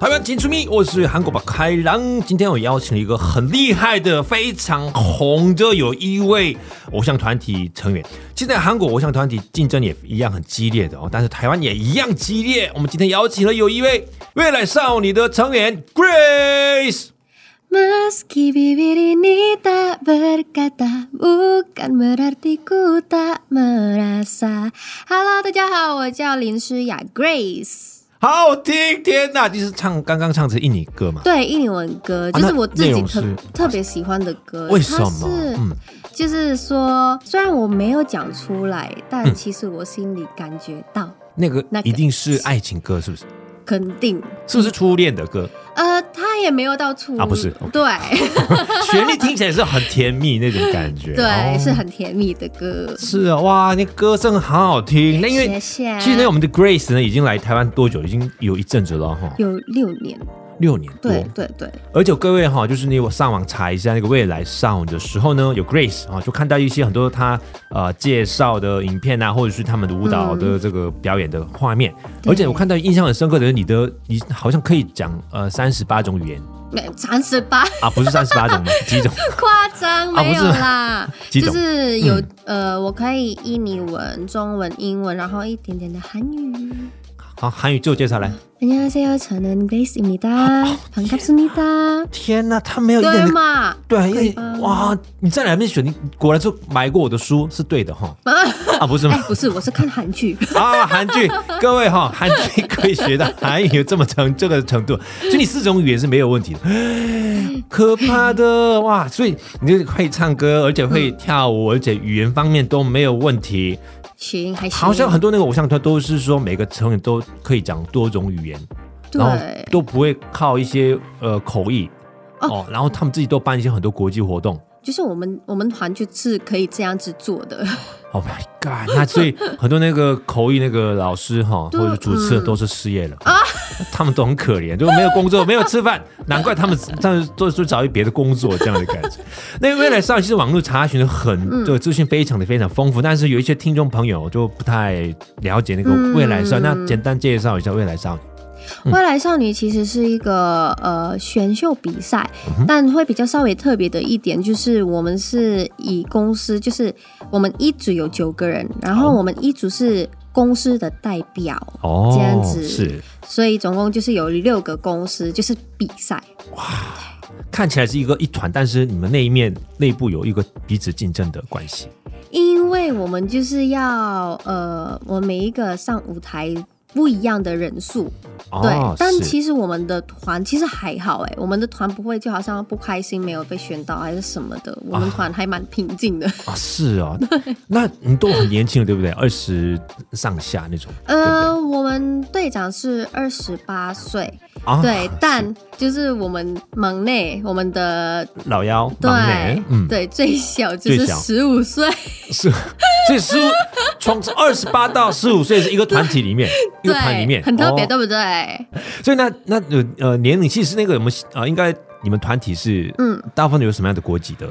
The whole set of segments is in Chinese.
欢迎金出咪，我是韩国宝开朗。今天我邀请了一个很厉害的、非常红的，有一位偶像团体成员。现在韩国偶像团体竞争也一样很激烈的哦，但是台湾也一样激烈。我们今天邀请了有一位未来少女的成员 Grace。 Meski bibir ini tak berkata, bukan berarti ku tak merasa. Hello，大家好，我叫林诗雅 Grace。好听，天呐！就是唱刚刚唱的是印尼歌嘛？对，印尼文歌啊就是那我自内己容特是特别喜欢的歌。为什它么？是嗯，就是说，虽然我没有讲出来，但嗯其实我心里感觉到，那个那个一定是爱情歌，是不是？肯定。是不是初恋的歌？呃，他也没有到处啊不是对旋律听起来是很甜蜜那种感觉。 对，哦是很甜蜜的歌。是啊，哇，那歌声好好听。那因为谢谢。其实呢，我们的 Grace 呢已经来台湾多久？已经有一阵子了哈，有六年，六年多。对对对。而且各位哈，就是你我上网查一下那个未来 Sound 的时候呢，有 Grace 啊，就看到一些很多她呃介绍的影片啊，或者是他们的舞蹈的这个表演的画面。嗯对而且我看到印象很深刻的是你的，你好像可以讲呃三十八种语言三十八 啊，不是三十八种吗？几种？夸张啊没有不是啦， 几就种嗯是有、呃，我可以印尼文、中文、英文，然后一点点的韩语。好，韩语就介绍来。嗯 안녕하세요, 저 는 Grace입니다. 반갑습니다.天呐，他没有一点对的嘛？对，啊因可以为吧哇，你在哪边选？你果然是买过我的书，是对的 哈。啊，不是吗哎，？不是，我是看韩 剧。啊，韩剧，各位哈，韩剧可以学到韩语这么成这个程度，所以你四种语言是没有问题的。嗯可怕的哇，所以你就会唱歌，而且会跳舞，而且语言方面都没有问题。行，还行。好像很多那个偶像团都是说每个成员都可以讲多种语言，然后对，都不会靠一些呃口译哦，然后他们自己都办一些很多国际活动。就是我们我们团剧是可以这样子做的。 Oh my god！那所 以很多那个口译那个老师哈，或对者是主持人嗯都是失业了， 他们都很可怜，就没有工作，没有吃饭， 难怪他们他们都就找一别的工作这样的感 觉。那未来上其实网络查询的嗯很，就资讯非常的非常丰富，但是有一些听众朋友就不太了解那个未来少，嗯那简单介绍一下未来少女。未来少女其实是一个呃选秀比赛，但会比较稍微特别的一点就是，我们是以公司，就是我们一组有九个人，然后好我们一组是公司的代表，哦，这样子是所以总共就是有六个公司，就是比赛。看起来是一个一团，但是你们那一面内部有一个彼此竞争的关系。因为我们就是要呃，我每一个上舞台不一样的人数，对，哦，但是其实我们的团其实还好哎，我们的团不会就好像不开心没有被选到还是什么的，我们团还蛮平静的。啊，是啊， 那你都很年轻了，对不对？二十上下那种，呃，我们队长是二十八岁，啊，对，但就是我们忙内，我们的老幺，对忙内，嗯，对最小就是最小十五岁，是， 所以十五从二十八到十五岁是一个团体里面，一个团里对面，很特别，哦对不对？所以那那呃呃年龄其实那个我们呃应该你们团体是嗯，大部分有什么样的国籍的？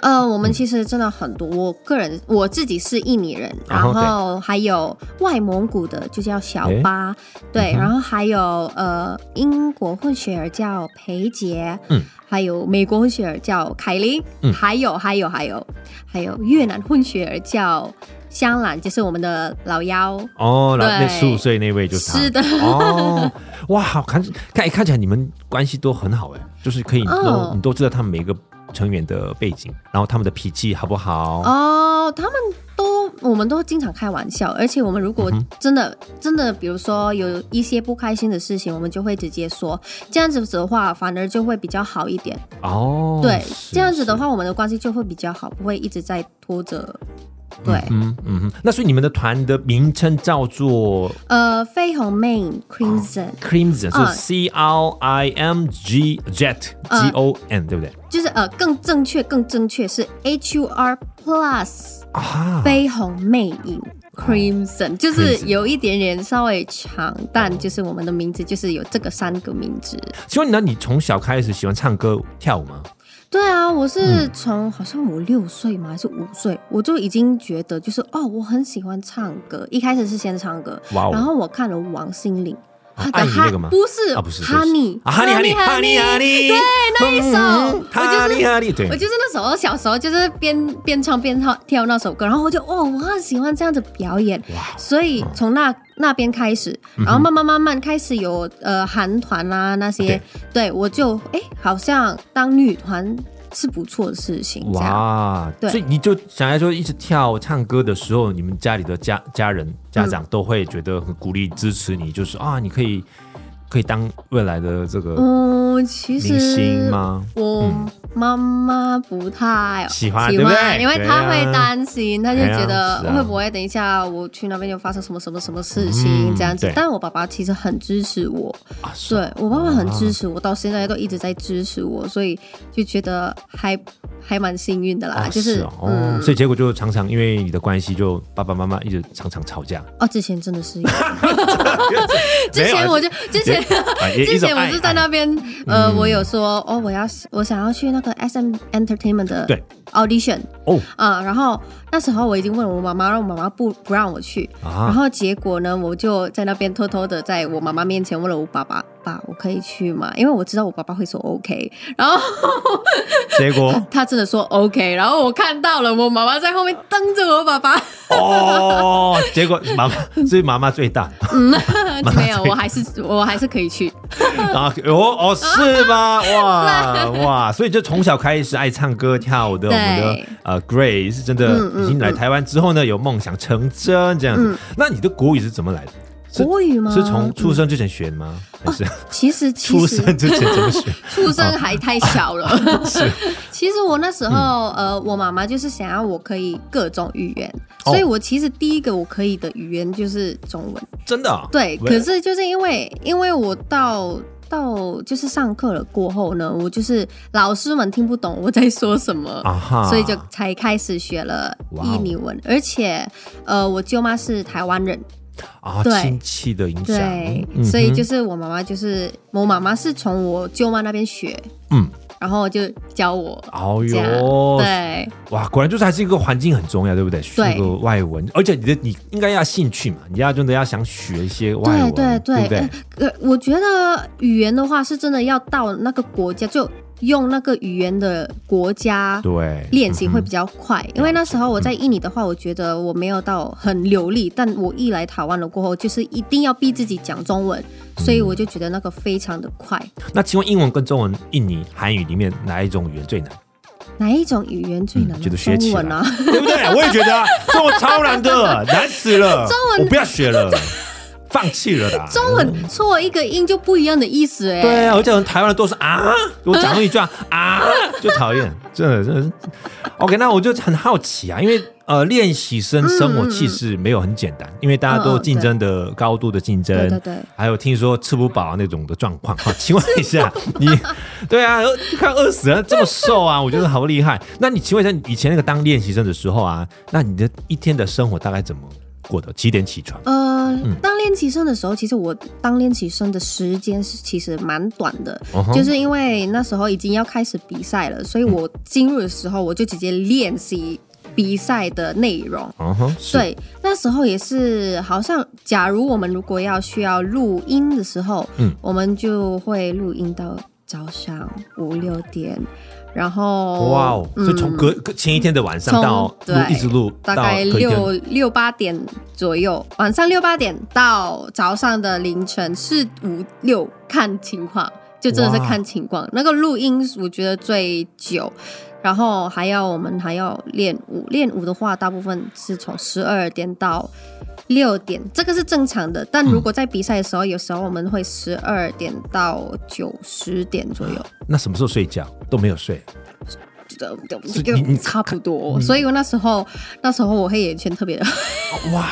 呃，我嗯们其实真的很多，我个人我自己是印尼人，然然后后还有外蒙古的就叫小巴，嗯对，然后还有呃英国混血儿叫裴杰，嗯，还有美国混血儿叫凯琳，嗯还有还有还有还有越南混血儿叫香兰，就是我们的老幺，哦，然后那对十五岁那位就是他，是的，哦， 哇，好看看看起来你们关系都很好哎，就是可以你都、哦你都知道他们每一个成员的背景，然后他们的脾气好不好？哦，他们都我们都经常开玩笑，而且我们如嗯果真的、真的，比如说有一些不开心的事情，我们就会直接说，这样子的话反而就会比较好一点。哦，对，是这样子的，是话，我们的关系就会比较好，不会一直在拖着。对，嗯嗯哼，那所以你们的团的名称叫做呃，绯红 Main Crimson、哦 Crimson，嗯是 C R I M G Jet G 嗯 O N，对不对？就是呃更正确更正确是 H U R Plus 啊，绯红魅影 Crimson，就是哦，Crimson 有一点点稍微长，但就是我们的名字就是有这个三个名字。请问那你从小开始喜欢唱歌跳舞吗？对啊，我是嗯从、好像我六岁嘛，还是五岁，我就已经觉得就是哦，我很喜欢唱歌。一开始是先唱歌，哇然哦，后我看了王心凌，啊他爱的你哈那个吗？不是啊，不是，Honey，啊，Honey Honey Honey， Honey Honey，对那一首嗯我就是，Honey Honey，我对，就是那时候小时候就是边边唱边跳跳那首歌，然后我就哦，我很喜欢这样子表演，哇，嗯所以从那那边开始，然后慢慢慢慢开始有呃韩团啦那些，对我就哎好像当女团是不错的事情，这样哇，哦对所以你就想要说一直跳唱歌的时候，你们家里的家家人家嗯长都会觉得很鼓励支持你，就是啊，你可以可以当未来的这个嗯，其明星实吗？嗯我妈妈不太喜欢喜对不欢，对因为对她啊会担心，她就觉得哎呀是啊会不会等一下我去那边就发生什么什么什么事情嗯这样子对。但我爸爸其实很支持我，啊，是对我爸爸很支持我，到现在都一直在支持我，所以就觉得还还蛮幸运的啦，啊就是是哦哦，嗯所以结果就常常因为你的关系，就爸爸妈妈一直常常吵架。哦，之前真 的是有，没有之前啊我就之前。啊 也之一种前我爱是在那爱嗯边，呃，我有说哦，我要我想要去那个 SM Entertainment 的对 audition，哦啊，然后那时候我已经问我妈妈，让我妈妈不不让我去，然啊， 后结果呢，我就在那边偷偷的在我妈妈面前问了我爸爸，爸，我可以去吗？因为我知道我爸爸会说 OK，然后结果他真的说 OK，然后我看到了我妈妈在后面瞪着我爸爸，哦，结果妈妈，所以妈妈最大，没有，我还是我还是可以去，然后哦哦是吧？哇哇，所以就从小开始爱唱歌跳舞的我们的对呃 Grace，真嗯的嗯已经来台湾之后呢，有梦想成真这样子嗯。那你的国语是怎么来的？是国语吗？是从出生之前学的吗？还是其实其出实生之前怎么学？出生还太小了。 其实我那时候，嗯呃，我妈妈就是想要我可以各种语言，哦所以我其实第一个我可以的语言就是中文。真的啊？对，喂可是就是因为因为我到。到就是上课了过后呢，我就是老师们听不懂我在说什么，啊哈，所以就才开始学了哇哦印尼文。而且，呃，我舅妈是台湾人，啊对亲戚的影响，对，嗯所以就哼是我妈妈就是我妈妈是从我舅妈那边学，嗯，然后就教我哦这样，哟，对，哇，果然就是还是一个环境很重要，对不对？学对个外文，而且你的你应该要兴趣嘛，你要真的要想学一些外文，对对不对？呃，呃我觉得语言的话是真的要到那个国家，就用那个语言的国家对，练习会比嗯较快。因为那时候我在印尼的话，我觉得我没有到很流利，但我一来台湾了过后，就是一定要逼自己讲中文，所以我就觉得那个非常的快。哼那请问英文跟中文、印尼韩语里面哪一种语言最难？ 哪一种语言最难嗯呢？觉得学起中来文啊，对不对？我也觉得啊，中文超难的，难死了，中文我不要学了，放弃了啦。中文错一个音就不一样的意思哎、对啊，我讲台湾人都是啊，我讲了一句 啊啊，就讨厌，真的真的是。OK，那我就很好奇啊，因为呃，练习生生活气势没有很简单，因为大家都有竞争的高度的竞争，对对对还有听说吃不饱那种的状况。 好，请问一下，你对啊，看饿死人这么瘦 啊，我觉得好厉害。那你请问一下，你以前那个当练习生的时候啊，那你的一天的生活大概怎么过的？几点起床？呃，嗯当练习生的时候，其实我当练习生的时间是其实蛮短的，嗯哼就是因为那时候已经要开始比赛了，所以我进入的时候我就直接练习比赛的内容。嗯哼，是，对，那时候也是，好像假如我们如果要需要录音的时候，嗯我们就会录音到早上五六点，然后哇哦！所以从隔隔前一天的晚上嗯从到录对一直录大到隔概一天六六八点左右，晚上六八点到早上的凌晨四五六看情况，就真的是哇看情况。那个录音我觉得最久，然后还要我们还要练舞，练舞的话大部分是从十二点到。六点，这个是正常的，但如果在比赛的时候，有时候我们会十二点到九十点左右。那什么时候睡觉都没有睡，是你就你差不多，所以我那时候那时候我黑眼圈特别的哦哇！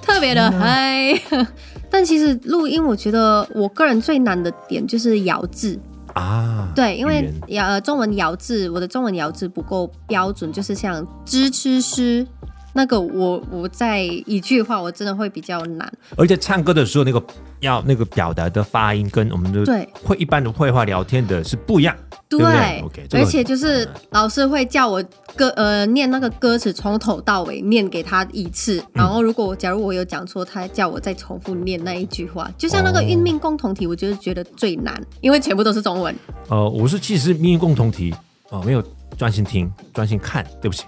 特别嗯的嗨。 但其实录音，我觉得我个人最难的点就是咬字，啊，对，因语为言咬呃中文咬字，我的中文咬字不够标准，就是像知吃诗那个我我在一句话我真的会比较难，而且唱歌的时候那个要那个表达的发音跟我们的对会一般的绘画聊天的是不一样，对不对？OK，这个啊而且就是老师会叫我歌呃念那个歌词从头到尾念给他一次，嗯然后如果我假如我有讲错，他叫我再重复念那一句话，就像那个哦运命共同体，我就是觉得最难，因为全部都是中文。呃，我是其实命运共同体哦、没有专心听，专心看，对不 起，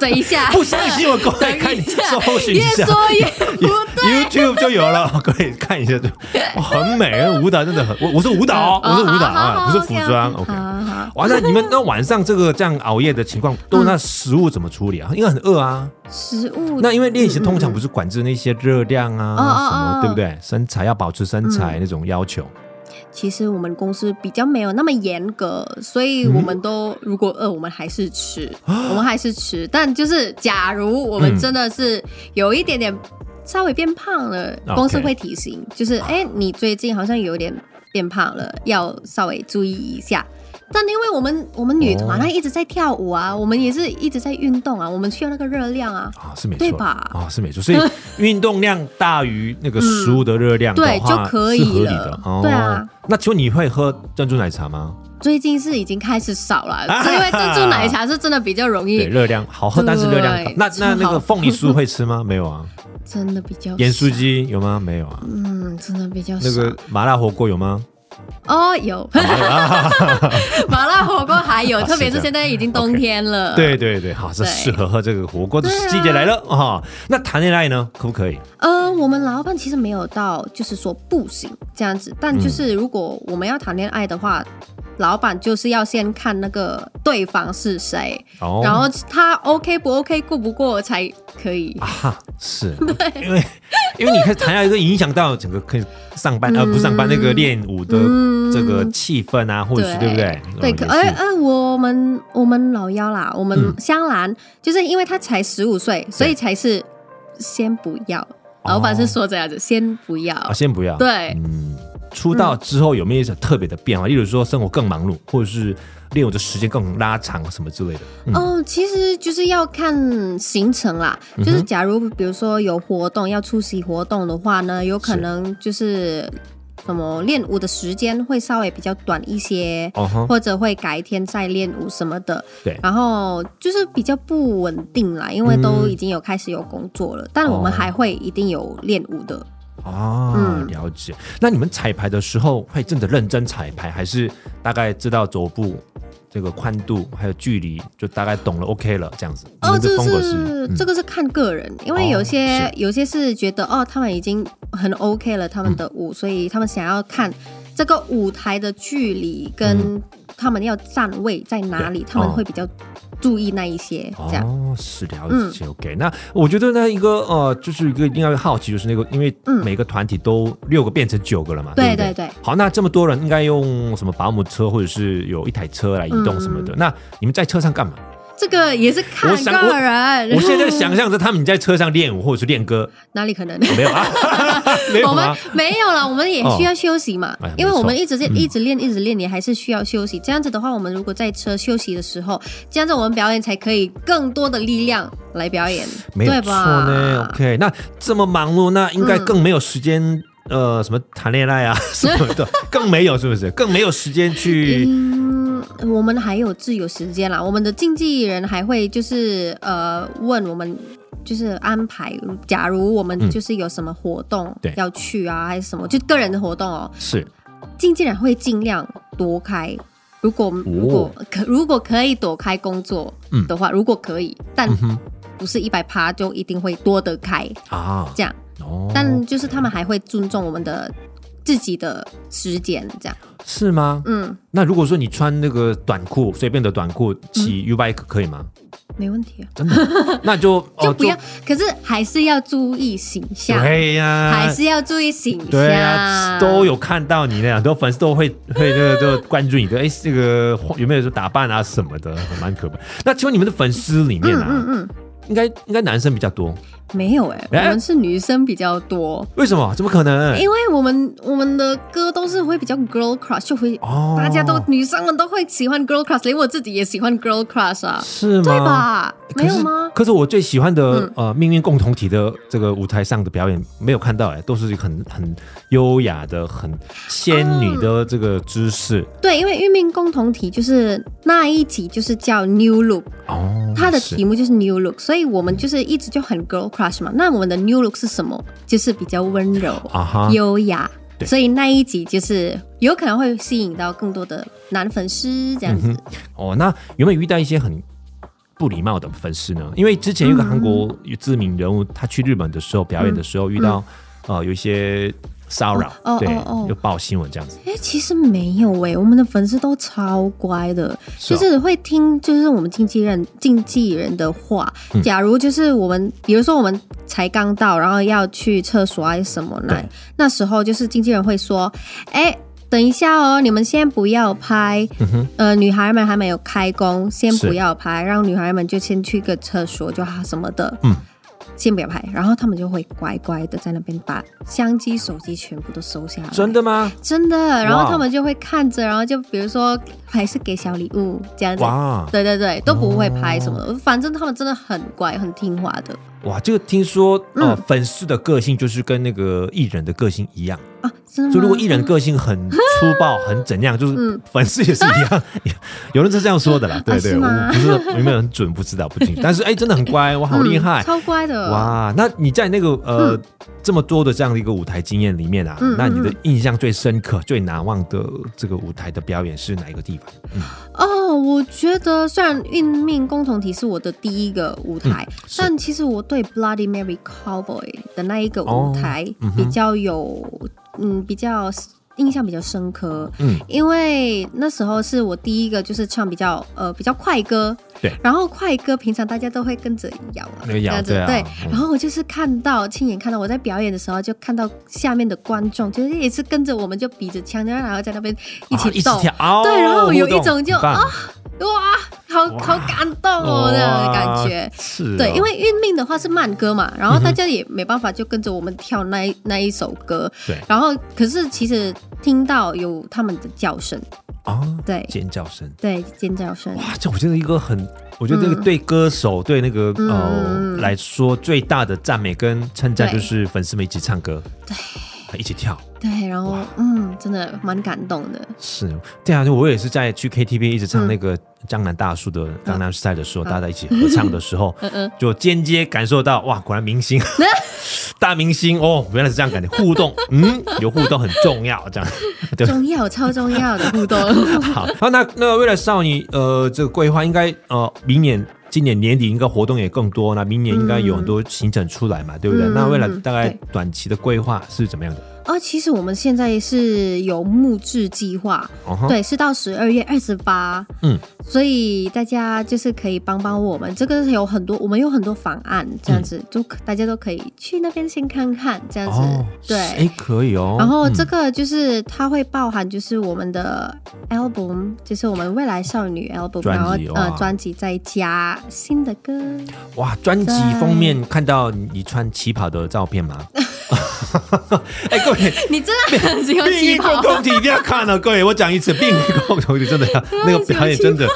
等一下，不相信我，各位看等一下搜寻一越下。说越不对。 YouTube 就有了，可以看一下就，哇很美，舞蹈真的很，我我是舞蹈，我是舞蹈哦啊，不是服装。OK，好好好哇，那你们那晚上这个这样熬夜的情况，都那食物怎么处理啊？因为很饿啊。食物那因为练习通常不是管制那些热量啊哦哦什么，哦对不对？身材要保持身材嗯那种要求。其实我们公司比较没有那么严格，所以我们都、如果饿，我们还是吃，我们还是吃。但就是假如我们嗯真的是有一点点稍微变胖了， OK 公司会提醒，就是哎、你最近好像有点变胖了，要稍微注意一下。但因为我们我们女团哦她一直在跳舞啊，我们也是一直在运动啊，我们需要那个热量啊，啊，是没错，对吧啊，是没错，所以 运动量大于那个食物的热量的嗯对话，就可以是合理了的。哦、对啊，那请问你会喝珍珠奶茶吗？最近是已经开始少了，啊是因为珍珠奶茶是真的比较容对，易，热量好喝，对但是热量高。那那吃那好个凤梨酥会吃吗？没有 啊。真的比较盐少酥鸡有吗？没有啊。嗯，真的比较少。那个麻辣火锅有 吗？哦，有 麻辣火锅还有， 啊特别是这样是现在已经冬天了。对，对对，好，是对适合喝这个火锅的对啊季节来了哈。那谈恋爱呢，可不可以？呃，我们老板其实没有到就是说不行这样子，但嗯就是如果我们要谈恋爱的话，老板就是要先看那个对方是谁，哦，然后他 OK 不 OK 过不过才可以。啊哈， 是，因为因为你看谈恋爱会影响到整个可以上班呃不上班那个练舞的嗯这个气氛啊，或者是对不对？对，嗯可呃也而是而我们我们老幺啦，我们嗯香兰、就是因为她才十五岁，所以才是先不要。老板是说这样子，先不要。哦啊，先不要。对嗯，出道之后有没有一些特别的变化？例如说生活更忙碌，或者是练舞的时间更拉长什么之类的。嗯哦，其实就是要看行程啦。嗯就是假如比如说有活动要出席活动的话呢，有可是能就是什么练舞的时间会稍微比较短一些，哦哈，或者会改天再练舞什么的。对然后就是比较不稳定啦，因为都嗯已经有开始有工作了，但我们哦还会一定有练舞的。啊，嗯了解。那你们彩排的时候会真的认真彩排，还是大概知道走步这个宽度还有距离，就大概懂了 OK 了这样子？你哦，们的这风格是是嗯这个是看个人，因为哦有些、是有些是觉得哦，他们已经很 OK 了，他们的舞，所以他们想要看这个舞台的距离跟他们要站位在哪里，对他嗯们哦会比较注意那一些，这样。嗯哦，是了解。OK，那我觉得呢，一个呃，就是一个另外一个好奇，就是那个，因为嗯每个团体都六个变成九个了嘛，对不对对对好，那这么多人应该用什么保姆车，或者是有一台车来移动什嗯么的？那你们在车上干嘛？这个也是看我想个人。我现在想 象着他们在车上练舞或者是练歌， 哪里可能？没有啊？ 没有我们吗？没有了，我们也需要休息嘛，哎没错因为我们一直练、一直练、一直练，你还是需要休息。这样子的话，我们如果在车休息的时候，这样子我们表演才可以更多的力量来表演，没有对错吧？嗯呢。OK，那这么忙碌，那应该更没有时间、呃什么谈恋爱啊 什么 的，更没有是不是？更没有时间去嗯，我们还有自由时间啦。我们的经纪人还会就是呃问我们，就是安排，假如我们嗯就是有什么活动对要去啊，还是什么，就个人的活动哦，是经纪人会尽量躲开。如果哦如果可如果可以躲开工作嗯的话，如果可以，但嗯哼不是一百趴就一定会多得开啊这样。哦，但就是他们还会尊重我们的自己的时间，这样。是吗？嗯，那如果说你穿那个短裤，随便的短裤嗯骑 U bike 可以吗？没问题啊。真 的？那就就哦不要，可是还是要注意形象，对呀、还是要注意形象，对呀、都有看到你那很多粉丝都会会那个就关注你的，哎，这个有没有说打扮啊什么的，蛮可怕。那请问你们的粉丝里面啊，嗯嗯嗯，应该应该男生比较多没有哎、哎我们是女生比较多，为什么？怎么可能？因为我们我们的歌都是会比较 girl crush，就会、哦大家都女生们都会喜欢 girl crush，连我自己也喜欢 girl crush 啊，是吗？对吧？可没是有吗？嗯可是我最喜欢的、呃命运共同体的这个舞台上的表演没有看到哎、都是很很优雅的、很仙女的这个姿势对，因为运命共同体就是那一集就是叫 new look，哦。嗯它的是题目就是 new look，所以我们就是一直就很 girl crush 嘛。那我们的 new look 是什么？就是比较温柔、啊哈，优雅，对所以那一集就是有可能会吸引到更多的男粉丝这样子。哦，那有没有遇到一些很不礼貌的粉丝呢？因为之前有一个韩国知名人物，他去日本的时候表演的时候遇到、呃有一些骚扰，嗯哦哦对，哦有报新闻这样子。哎、其实没有哎、我们的粉丝都超乖的，是就哦是会听，就是我们经纪人经纪人的话。嗯假如就是我们，比如说我们才刚到，然后要去厕所还是什么那对那时候就是经纪人会说，哎、等一下哦，你们先不要拍，嗯哼呃，女孩们还没有开工，先不要拍，让女孩们就先去个厕所就好什么的，嗯，先不要拍，然后他们就会乖乖的在那边把相机、手机全部都收下来，真的吗？真的，然哇后他们就会看着，然后就比如说还是给小礼物这样子。哇对对对，都不会拍什么哦的，反正他们真的很乖，很听话的哇，这个听说呃、嗯粉丝的个性就是跟那个艺人的个性一样，啊，真的吗？就如果艺人个性很粗暴、很怎样，就是粉丝也是一 样。有人是这样说的啦，对嗯对，啊是我吗不是有没有很准不知道，不清 楚。但是哎，真的很乖，我好嗯厉害。超乖的，哇，那你在那个呃、这么多的这样的一个舞台经验里面啊，嗯嗯那你的印象最深刻、最难忘的这个舞台的表演是哪一个地方？哦！我觉得虽然运命共同体是我的第一个舞台，嗯是但其实我对 Bloody Mary Cowboy 的那一个舞台哦嗯哼比较有，嗯，比较印象比较深刻。嗯，因为那时候是我第一个就是唱比较呃比较快歌，对然后快歌平常大家都会跟着摇啊，那个摇这样子对啊对嗯，然后我就是看到亲眼看到我在表演的时候就看到下面的观众就是也是跟着我们就比着枪，然后在那边一啊起一起动，跳，哦对然后有一互动种就啊很棒哇，好哇好感动哦那样的感觉哇。是哦、对，因为运命的话是慢歌嘛，然后大家也没办法就跟着我们跳那一那一首歌。对然后可是其实听到有他们的叫声，啊，对尖叫声。对，尖叫声。哇，这我觉得一个很，我觉得这个嗯对歌手、对那个呃嗯来说最大的赞美跟称赞就对是粉丝们一起唱歌，对，一起跳。对，然后嗯，真的蛮感动的。是，对啊，就我也是在去 KTV 一直唱嗯那个江南大叔的《江南 style》的时候，大家一起合唱的时 候，嗯就间接感受到哇，果然明星大明星哦，原来是这样感觉，互动，嗯，有互动很重要，这样对。重要，超重要的 互动。好，好，那那为了少女，呃，这个规划应该呃，明年今年年底应该活动也更多，那明年应该有很多行程出来嘛，对不对？嗯那为了大概对短期的规划是怎么样的？哦，其实我们现在是有募志计划，哦吼，对，是到十二月二十八，嗯，所以大家就是可以帮帮我们，这个是有很多，我们有很多方案，这样子、就可大家都可以去那边先看看，这样子，嗯哦，对。哎，可以哦。然后嗯这个就是它会包含就是我们的 album，就是我们未来少女 album，专然后辑呃哇专辑再加新的歌，哇，专辑在封面看到你穿旗袍的照片 吗？哎、各位，你真的 很喜欢命旗运共袍，同体一定要看了、各位，我讲一次，命运共同体真的要那个表演真的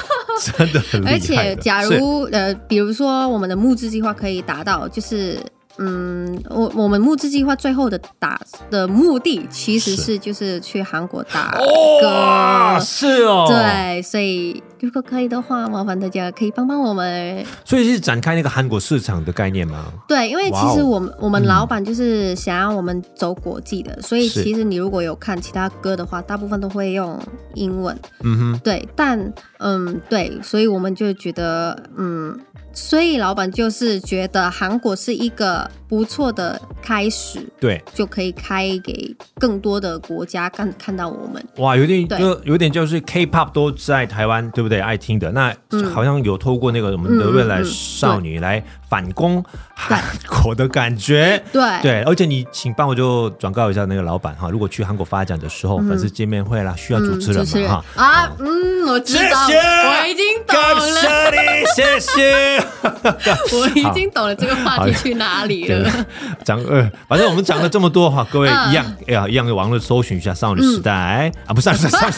真的很厉害的 而且，假是如呃，比如说我们的募资计划可以达到，就是嗯，我我们募资计划最后的打的目的其实是哦是就是去韩国打哇，歌。是哦，，对，所以如果可以的话，麻烦大家可以帮帮我们。所以是展开那个韩国市场的概念吗？对，因为哇哦其实我们、我们老板就是想要我们走国际的，所以是其实你如果有看其他歌的话，大部分都会用英文。嗯对，但嗯，对，所以我们就觉得，嗯，所以老板就是觉得韩国是一个不错的开始，哼，对，就可以开给更多的国家看看到我们。哇，有点对就有点就是 K-pop 都在台湾，对不的也爱听的。那嗯好像有透过那个我们的未来少女来反攻韩国的感觉。对对，而且你请帮我就转告一下那个老板哈，如果去韩国发展的时候，粉丝见面会啦，需要主嗯持人嘛哈。啊，嗯，我知谢谢，道，我已经懂感了，谢你，谢谢。我已经懂了这个话好题去哪里对了。， 讲呃，反正我们讲了这么多哈，各位嗯一样，哎呀，一样网络搜寻一下少女时代、啊，不是少女时代，少女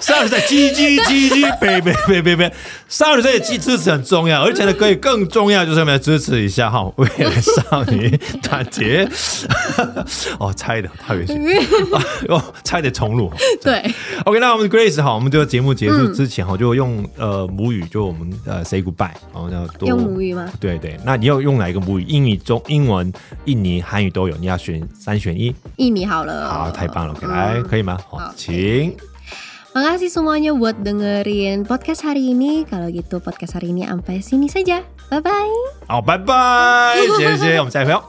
少少女时代，叽叽叽叽，别别别别别，少女时代的支支持很重要，而且呢，可以更重要就是我们要支持一下哈，未来少女团结。哦，差一点太危险，哦，差一点重录。对， OK，那我们 Grace 好，我们这个节目结束之前哈，就用呃母语，就我们呃 say goodbye，然后要多用母语吗？对对，那你要用哪一个母语？英语、中英文、印尼、韩语都有，你要选三选一。一米好了，嗯好，太棒了，OK，来，可以吗？好好，请。 Makasih semuanya buat dengerin podcast hari ini. Kalau gitu podcast hari ini sampai sini saja. Bye bye. 好，拜拜，谢谢，我们下一回哦。